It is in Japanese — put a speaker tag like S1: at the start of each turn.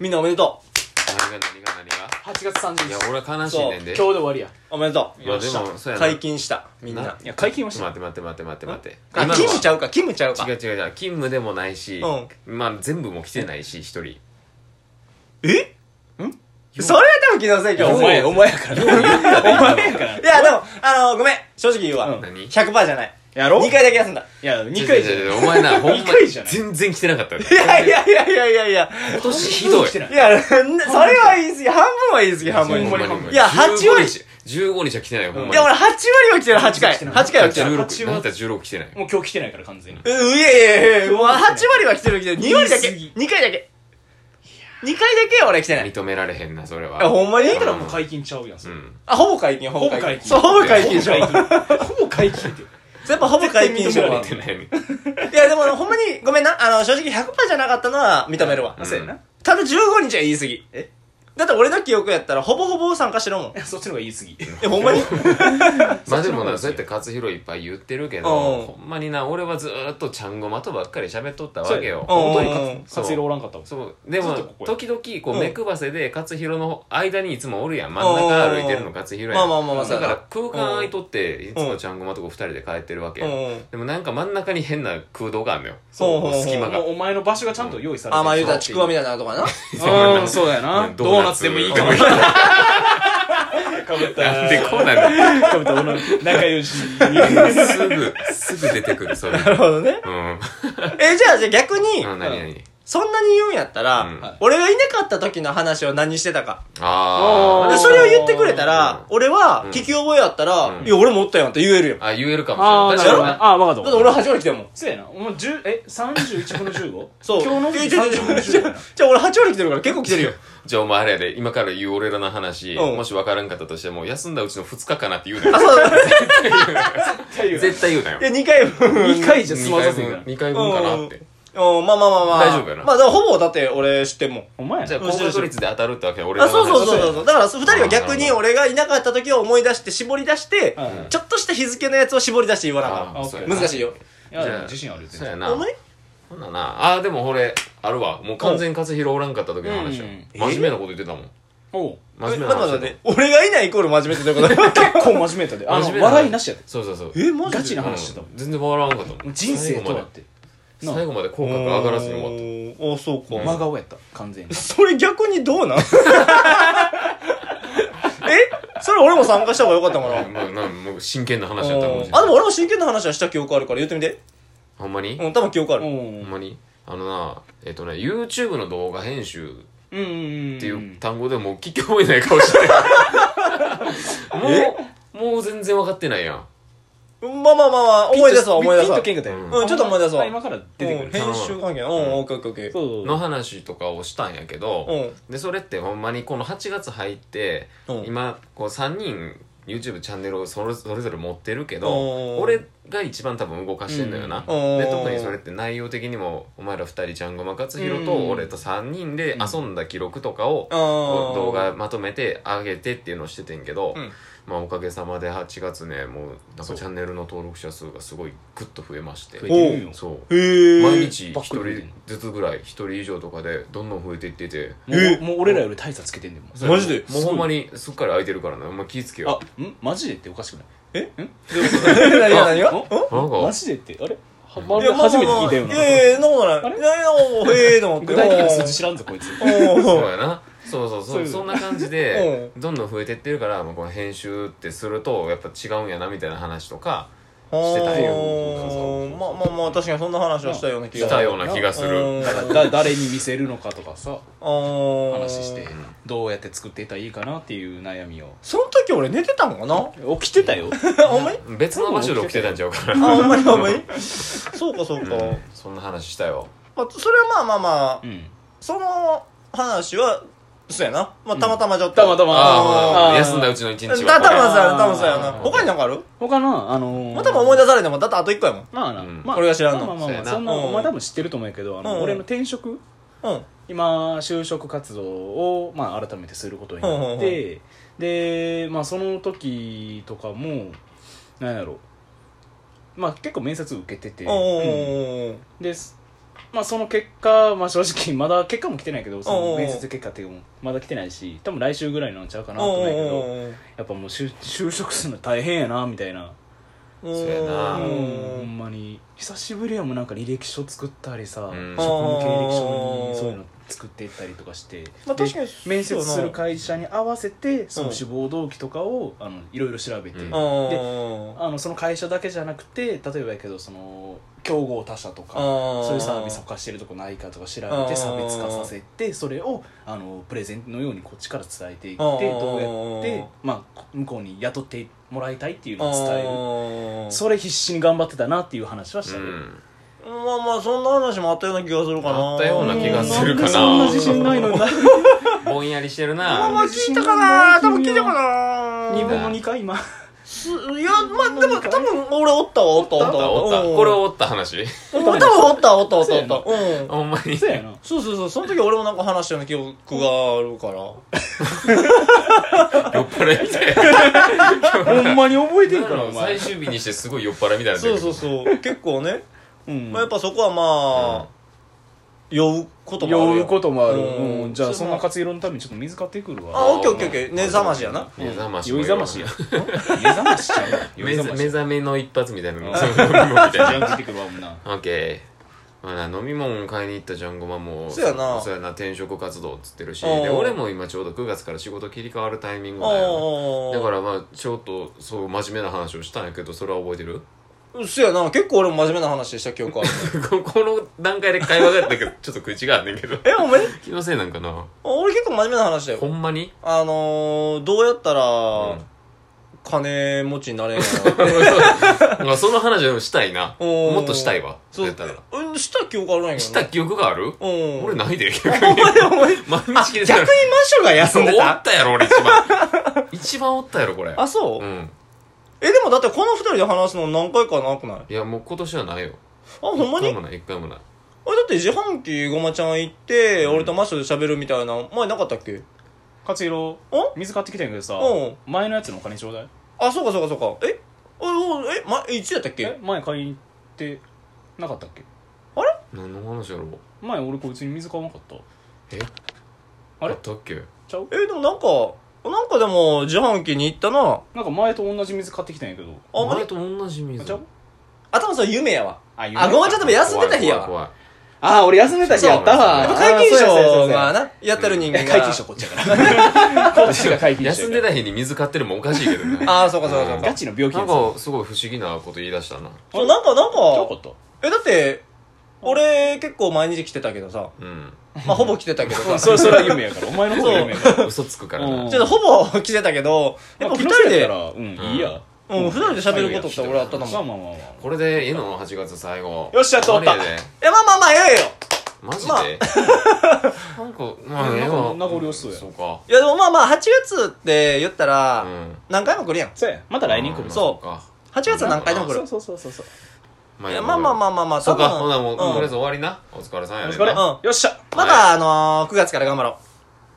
S1: みんなおめでとう
S2: 何が何が何が
S3: 8月30日
S2: い
S3: 今
S2: や俺は悲しいねんで
S3: 日で終わりや
S1: おめでと
S2: まあでもそう
S1: う
S2: やな
S1: 解禁したみんない
S3: いや解禁はし
S2: ち
S3: た
S2: ょっと待って待って待って待って
S1: あ
S2: 待って
S1: キムちゃ
S2: う
S1: うかキムちゃうか
S2: 違う違う違う勤務でもないし、まあ全部も来てないし一人
S1: えんそれは多分気のせいか
S3: いやお前や
S1: お前やからい
S3: お前やから
S1: やでもあのごめん正直言うわ
S3: うん
S2: 何
S1: 100%じゃない
S3: やろ
S1: 2回だけ休んだ
S3: いや2回じゃ
S2: 違う違う違
S3: ない
S2: うお 前なほんまに
S3: 二回じゃない
S2: 全然来てなかったよ
S1: いやいやいやいやいやいや
S2: 今年ひどい
S3: 来てな
S1: い
S3: い
S1: やそれは言い過ぎ半分は言い過ぎ半
S2: ほ
S1: 分
S2: ん
S1: に
S2: まにほんまに
S1: いや8割
S2: 15日は来てないよほんまに
S1: いや俺8割は来てる8回8回は来てる
S3: 16
S2: 16なんだ16来てない
S3: もう今日来てないから完全に
S1: ういやいやいやもう8割は来てるけど2割だけ
S3: 言い
S1: 2回だけ2回だけ俺来てない
S2: 認められへんなそれは
S1: あほんまに
S3: だからもう解禁ちゃうやんそう れ
S2: ん
S1: あほぼ解禁ほぼ
S3: ほぼ
S1: 解
S3: 解
S1: 禁
S3: 禁
S1: そうほぼ解禁でしょ
S3: ほぼ解禁ほぼ解禁って
S1: やっぱほぼ解禁しよ
S3: 絶対認められ
S1: う
S3: て
S2: 来てないね
S1: いやでもほんまにごめんなあの正直100%じゃなかったのは認めるわ、
S2: うん
S3: そうやな
S1: ただ15日は言い過ぎ
S3: え
S1: だって俺の記憶やったらほぼほぼ参加してるもん
S3: いやそっちの方が言い過ぎ
S1: えほんまに
S2: まあでもなそうやって勝弘いっぱい言ってるけど
S1: うん
S2: ほんまにな俺はずーっとちゃんごまとばっかり喋っとったわけよ
S1: そうや
S3: 本当に
S1: うん
S3: 勝勝弘おらんかったわ
S2: そうで
S3: ず
S2: も
S3: っとここや
S2: 時々こ
S1: う
S2: うん目くばせで勝弘の間にいつもおるやん真ん中歩いてるの勝弘
S1: ま
S2: や
S1: あ
S2: ん
S1: まあまあまあ
S2: だから空間空
S1: 空
S2: いとっていつもちゃんごまとこ2人で帰ってるわけ
S1: うん
S2: よ
S1: うん
S2: でもなんか真ん中に変な空洞があるのよ
S1: ほうほうほう
S2: 隙間
S3: も
S2: が
S3: うお前の場所がちゃんと用意されて
S1: あまあ言うたらち
S3: ち
S1: くわみたいなとこやな
S3: うんそうやな
S2: うん
S3: ドーナツでもいいかも
S2: ドーナ
S3: かぶっ
S2: ツなん
S3: た
S2: でこうなんだよ
S3: かぶった俺の仲良し
S2: すぐすぐ出てくるそれ
S1: なるほどね
S2: うん
S1: えじゃあじゃあ逆に
S2: 何何
S1: そんなに言うんやったら、
S2: うん
S3: はい
S1: 俺がいなかった時の話を何してたか
S2: あ
S1: で
S3: ー
S2: ー
S1: それを言ってくれたら、俺は
S2: うん
S1: 聞き覚えやったら、
S2: うん
S1: いや俺もおったやんって言えるよ
S2: あ言えるか
S3: あ
S2: も
S3: あ
S2: し
S3: な
S2: れ
S3: る
S2: ない確か
S3: ほどねああ分かった
S1: だって俺
S3: 分かっ
S1: 初めて来てるもん
S3: たそうやなお前10え31分の 15?
S1: そう
S3: 今日の
S1: えちょちょちょちょ
S3: 31分の15
S1: じゃあ俺8割来てるから結構来てるよ
S2: にじゃあお前あれやで今から言う俺らの話
S1: うん
S2: もし分からんかったとしても休んだうちの2日かなって言うなよ
S1: あそうだ
S2: 絶対言うなよ
S1: いや2回 分
S3: 2回じゃ済
S2: 2
S3: ま
S2: 回
S3: させんか
S2: 分
S3: ら
S2: 二回分かなって
S1: うんまあまあまあまあ
S2: 大丈夫やな
S1: まあだからほぼだって俺知ってんもん
S3: お前や
S2: じゃあ
S3: な
S2: 高確率で当たるってわけ俺の
S1: あ
S2: 話
S1: そうそうそうそうだから2人は
S2: あ
S1: 逆
S2: な
S1: に
S2: るほ
S1: 俺がいなかった時を思い出して絞り出して
S3: うんうん
S1: ちょっとした日付のやつを絞り出して言わなあ
S2: あ
S3: あ
S2: そう
S1: か
S2: や
S1: ん
S2: な
S1: 難しいよ
S3: いや
S2: じゃあ
S3: 自信あるよ全
S2: そう
S3: 然
S2: やな
S1: お前
S2: ほんななあーでも俺あるわもう完全に勝弘おらんかった時の話よ
S3: うん
S2: 真面目なこと言ってたもん
S3: おう
S2: 真
S1: え
S2: 面目な
S1: 待って
S2: 話だ
S1: 待って俺がいないイコール真面目ってどういうこと
S3: 結構真面目やったであ
S2: 真面目
S3: の
S2: な話
S3: 笑いなしやで
S2: そうそうそう
S1: えマ
S3: ガチな
S2: うん
S3: 話してたもん
S2: 全然笑わんかったもん
S3: 人生とはってなあ
S2: 最後まで口角上がらずに終わっ
S1: ったあそうか
S3: 真顔やった完全に
S1: それ逆にどうなんえそれ俺も参加した方がよかったかな
S2: たまあなもう真剣な話やったかもしれ
S1: あ、
S2: な
S1: で
S2: い
S1: も俺も真剣な話はした記憶あるから言ってみて。
S2: ほんまに
S1: うん、多分記憶あ
S3: う
S1: る。
S2: ほん
S3: ん
S2: まにあのなえっとね YouTube の動画編集っ
S3: うんうんって
S2: いう単語でもう聞き覚えない顔して るもうもう全然分かってないやん
S1: うんまあまあまあまあ、思い出すわ、思い出す
S3: ピン
S1: わ
S3: と。けんかったよ
S2: うん
S1: うんちょっと思い出すわ
S3: あ今から出て
S1: うん
S3: くる
S1: 編集関係。うん、オッケーオッケーオッケー。
S3: そうそう
S2: の話とかをしたんやけど、
S1: う
S2: でそれってほんまにこの8月入って、
S1: うん
S2: 今こう3人 YouTube チャンネルをそれそれぞれ持ってるけ
S1: お
S2: ど
S1: ー
S2: 俺が一番多分動かしてんのよな、
S1: うんおー
S2: で特にそれって内容的にもお前ら2人ちゃんごま勝弘
S3: う
S2: と
S3: ん
S2: 俺と3人で遊んだ記録とかを、こう動
S1: 動
S2: 画。まとめて上げてっていうのをしててんけど、
S1: うん
S2: まあ、おかげさまで8月ねもうなんかチャンネルの登録者数がすごいグッと増えまして
S3: 増えてるよ
S2: そう
S1: へー。
S2: 毎日一
S3: ばっかり見てん
S2: 人ずつぐらい一人以上とかでどんどん増えていってて
S3: もう
S1: え
S3: もう俺らより大差つけてんねんもん
S1: マジで
S2: もうほんまにすっかり空いてるからな、まあ、気ぃつけ
S3: あ
S2: よ
S3: んマジでっておかしくない
S1: 何が何がん
S3: あ
S2: なんか
S3: マジでってあれはまるで初めて聞いたよう
S1: いやいやや、そ
S3: ない
S1: んなことない。いやいや、おーへえーと思って。
S3: 具体的な数字知らんぞこいつ
S1: お
S2: そう
S1: ー
S2: やなそうそう
S3: そう
S2: そ
S3: いうう
S2: そんな感じで
S1: う
S2: どんどん増えてってるから、まあ、この編集ってするとやっぱ違うんやなみたいな話とかしてたよ
S1: おーまあまあまあ、確かにそんな話はしたような気が
S2: し
S1: する。
S2: たような気がす
S1: うん
S2: る
S3: だからだ誰に見せるのかとかさ
S1: あー
S3: 話してどうやって作っていったらいいかなっていう悩みを
S1: その時俺寝てたのかな
S3: 起きてたよ
S1: お前
S2: 別の場所で起きてたんちゃうか
S1: あ、
S2: な
S1: ほんまにほんまにそうかそうか。
S2: うんそんな話したよ
S1: まあ、それはまあまあまあ
S3: う、ん
S1: その話は、そうやな。まあ、たまたまちょっと。
S3: たまたま
S2: ああ
S3: あー
S2: 休んだうちの一
S1: たま
S2: 日
S1: たま
S2: は
S1: そうやな、たまそうやな。
S3: あー
S1: 他になんかある
S3: 他のあのー
S1: まあ、多分思い出されても、だってあと一個やもん。
S3: まあな
S2: うん
S3: まあ
S1: 俺が知らんの
S3: まあま
S2: そ
S3: あ
S2: う
S3: ま
S2: や
S3: あ
S2: な
S3: そんな
S1: うん
S3: お前多分知ってると思うけどあ
S1: うん
S3: の俺の転職
S1: うん。
S3: 今就職活動を、まあ、改めてすることになって、
S1: う
S3: で、まあ、その時とかもなんやろうまあ結構面接受けてて、
S1: お
S3: うん
S1: ー。
S3: ですまあその結果、まあ、正直まだ結果も来てないけどそ
S1: おうお
S3: の
S1: う
S3: 面接結果っていうのもまだ来てないし多分来週ぐらいなんちゃうかなと
S1: おう
S3: 思うんやけど
S1: おう
S3: やっぱもう就就職するの大変やなみたいな
S1: おう
S2: そうやな
S1: う
S3: ほ
S1: ん
S3: んまに久しぶりやもんなんか履歴書作ったりさ、
S2: うん
S3: 職務経歴書にそういうの作っていったりとかして、
S1: まあ
S3: で
S1: 確かにそうやな
S3: 面接する会社に合わせてその志望動機とかをあのいろいろ調べて、
S2: うん
S1: うん
S3: あのその会社だけじゃなくて例えばやけどその競合他社とか、
S1: うん
S3: そういうサービスを貸してるとこないかとか調べ
S1: うん
S3: て差別化させてそれをあのプレゼンのようにこっちから伝えていって
S1: うん
S3: どうやって、まあ、向こうに雇ってもらいたいっていうのを伝える
S1: うん
S3: それ必死に頑張ってたなっていう話はした
S2: う
S3: けど、
S2: ん
S1: まあまあそんな話もあったような気がするかな
S2: あったような気がするかなん
S3: でそんな自信ないの にな
S2: ぼんやりしてる
S1: まあまあ
S2: な
S1: 聞いたかな多分聞いたかな
S3: 2分の2回 今
S1: すいやまあでも多分俺おったわおったおっ
S2: おった
S1: た
S2: おった
S1: うん
S2: これおった話
S1: 俺多分おったおったおったおった
S3: そ
S1: うん
S2: ほんま に
S3: そうやな
S1: そうそうそうその時俺もなんか話したような記憶があるから
S2: 酔っ払いみたい
S3: ほんまに覚えてんからお前
S2: 最終日にしてすごい酔っ払いみたいな
S1: そうそうそう結構ね、
S3: うん
S1: まあ、やっぱそこはまあ、酔うこともあるよ
S3: 酔うこともある、
S1: うん
S3: うんじゃあそんな
S1: その
S3: 活色のためにちょっと水買ってくる
S1: あ
S3: わ
S1: オッケーオッケーオッケー目覚ましやな
S2: 目覚まし
S3: 酔い覚ましや酔い覚ましち ゃうわ酔
S2: 目
S3: い
S2: 覚ま
S3: 覚ま
S2: し目
S3: しじ
S2: 覚めの一発みたいなのそう飲み物みたいな
S3: ゃあ出てくるわもんな
S2: オッケー、まあな、飲み物買いに行ったジャンゴマも
S1: そうやな
S2: そうやな転職活動っつってるし
S1: うん
S2: で俺も今ちょうど9月から仕事切り替わるタイミングだよだ
S1: あ
S2: からまあちょっとそう真面目な話をしたんやけどそれは覚えてる
S1: あそやな結構俺も真面目な話した記憶ある
S2: ここの段階で会話があったけどちょっと口があんねんけど
S1: えお前
S2: 気のせいなんかな
S1: 俺結構真面目な話だ
S2: ほ
S1: よ
S2: んまに
S1: あのー、どうやった
S2: う
S1: ら
S2: ん
S1: 金持ちになれんか な
S2: まあその話でもしたいな
S1: おー
S2: もっとしたいわ
S1: そう
S2: やったら
S1: うんした記憶あるんやけどな
S2: した記憶がある
S1: うん
S2: 俺ないで逆
S1: お
S2: に
S1: 前お前
S2: 毎
S1: あ
S2: 日聞
S1: 逆
S2: い
S1: に
S2: てた
S1: マッ
S2: ら
S1: ションが休 んで
S2: おったたやろ俺一 番一番おったやろこれ
S1: あそう、
S2: うん
S1: えでもだってこの二人で話すの何回かなくないあ
S2: いやもう今年はないよ
S1: ほんまに
S2: 一回もない一回もない
S1: あれだって自販機ごまちゃん行って、
S2: うん
S1: 俺とマッシュで喋るみたいな前なかったっけ
S3: 勝弘
S1: お
S3: 水買ってきたんやけどさ
S1: うん
S3: 前のやつのお金ちょうだい
S1: あそうかそうかそうかえおおえ、ま、えいつやったっけ
S3: え前買いに行ってなかったっけ
S2: 何の話やろう
S3: 前俺こいつに水買わなかった
S2: え
S3: あれ
S2: ったっけ
S3: ちゃう
S1: えでもなんかなんかでも自販機に行ったな
S3: なんか前と同じ水買ってきたんやけど
S1: あま
S2: 前と同じ水
S3: ちゃう
S1: あ多分それ夢やわ
S3: あ夢
S1: あごまちゃんでも休んでた日や
S2: 怖
S1: わ
S2: い怖い
S3: ああ俺休んでた
S2: 日やったわ
S1: やっぱ
S2: 怖
S1: 皆勤賞が
S3: が
S1: なやってる人間が
S3: 解禁賞こっちやからこっちが解禁賞
S2: 休んでた日に水買ってるもんおかしいけど ね
S1: ああそうかそうかそうか
S3: ガチの病気
S2: な
S3: や
S2: ん
S3: つな
S2: かすごい不思議なこと言い出したな
S1: そうなんかなん
S3: か
S1: か
S3: った
S1: えだって俺結構毎日来てたけどさ
S2: うん
S1: まあほぼ来てたけど
S3: う
S1: さ
S3: んそれそれは夢やからお前の方が夢やから
S2: 嘘つくから
S3: う
S2: なん
S1: ちょっとほぼ来てたけどやっぱ二人で
S3: まあ気のせいやからうんいいや
S1: うん二人で喋ることって俺あったと思
S3: まあ
S1: う
S3: まあまあまあ
S2: これでええの8月最後
S3: よっしゃ通った
S2: 終わりやで
S1: いやまあまあまあええよ
S2: マジ
S1: まあ
S2: でなんかま
S3: う
S2: あ
S3: ん
S2: ええ
S3: なん
S2: わ
S3: か名残惜しそうや
S2: そうか
S1: いやでもまあまあ8月って言ったら
S2: うん
S1: 何回も来るやん8
S3: そうやまた来年
S2: う
S3: 来る
S2: ん
S1: そう
S2: うか
S1: 月は何回でも来
S3: そ
S1: る
S3: うそうそうそうそう
S2: ま
S1: いやまあまあまあまあまあ
S2: そうか
S1: 多分
S2: ほなもうとりあえ
S1: ん
S2: ず終わりなお疲れさんや
S3: お
S2: ね
S3: 疲れ
S1: うん
S3: よっしゃ
S1: またあのー9月から頑張ろう